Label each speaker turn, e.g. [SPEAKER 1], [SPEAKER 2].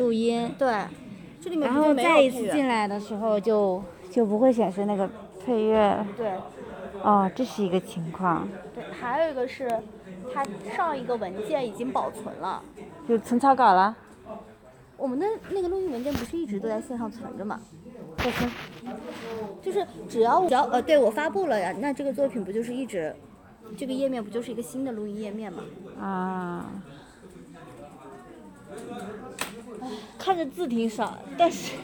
[SPEAKER 1] 录音，
[SPEAKER 2] 对，这里面
[SPEAKER 1] 然
[SPEAKER 2] 直接
[SPEAKER 1] 后
[SPEAKER 2] 没有
[SPEAKER 1] 再一
[SPEAKER 2] 配
[SPEAKER 1] 次
[SPEAKER 2] 乐
[SPEAKER 1] 进来的时候就就不会显示那个配乐。
[SPEAKER 2] 对
[SPEAKER 1] 哦，这是一个情况，
[SPEAKER 2] 对，还有一个是它上一个文件已经保存了。
[SPEAKER 1] 就存草稿了。
[SPEAKER 2] 我们的那个录音文件不是一直都在线上存着吗？
[SPEAKER 1] 再存
[SPEAKER 2] 就是只要只要呃，对我发布了呀，那这个作品不就是一直，这个页面不就是一个新的录音页面吗？
[SPEAKER 1] 啊，
[SPEAKER 2] 看着字挺少，但是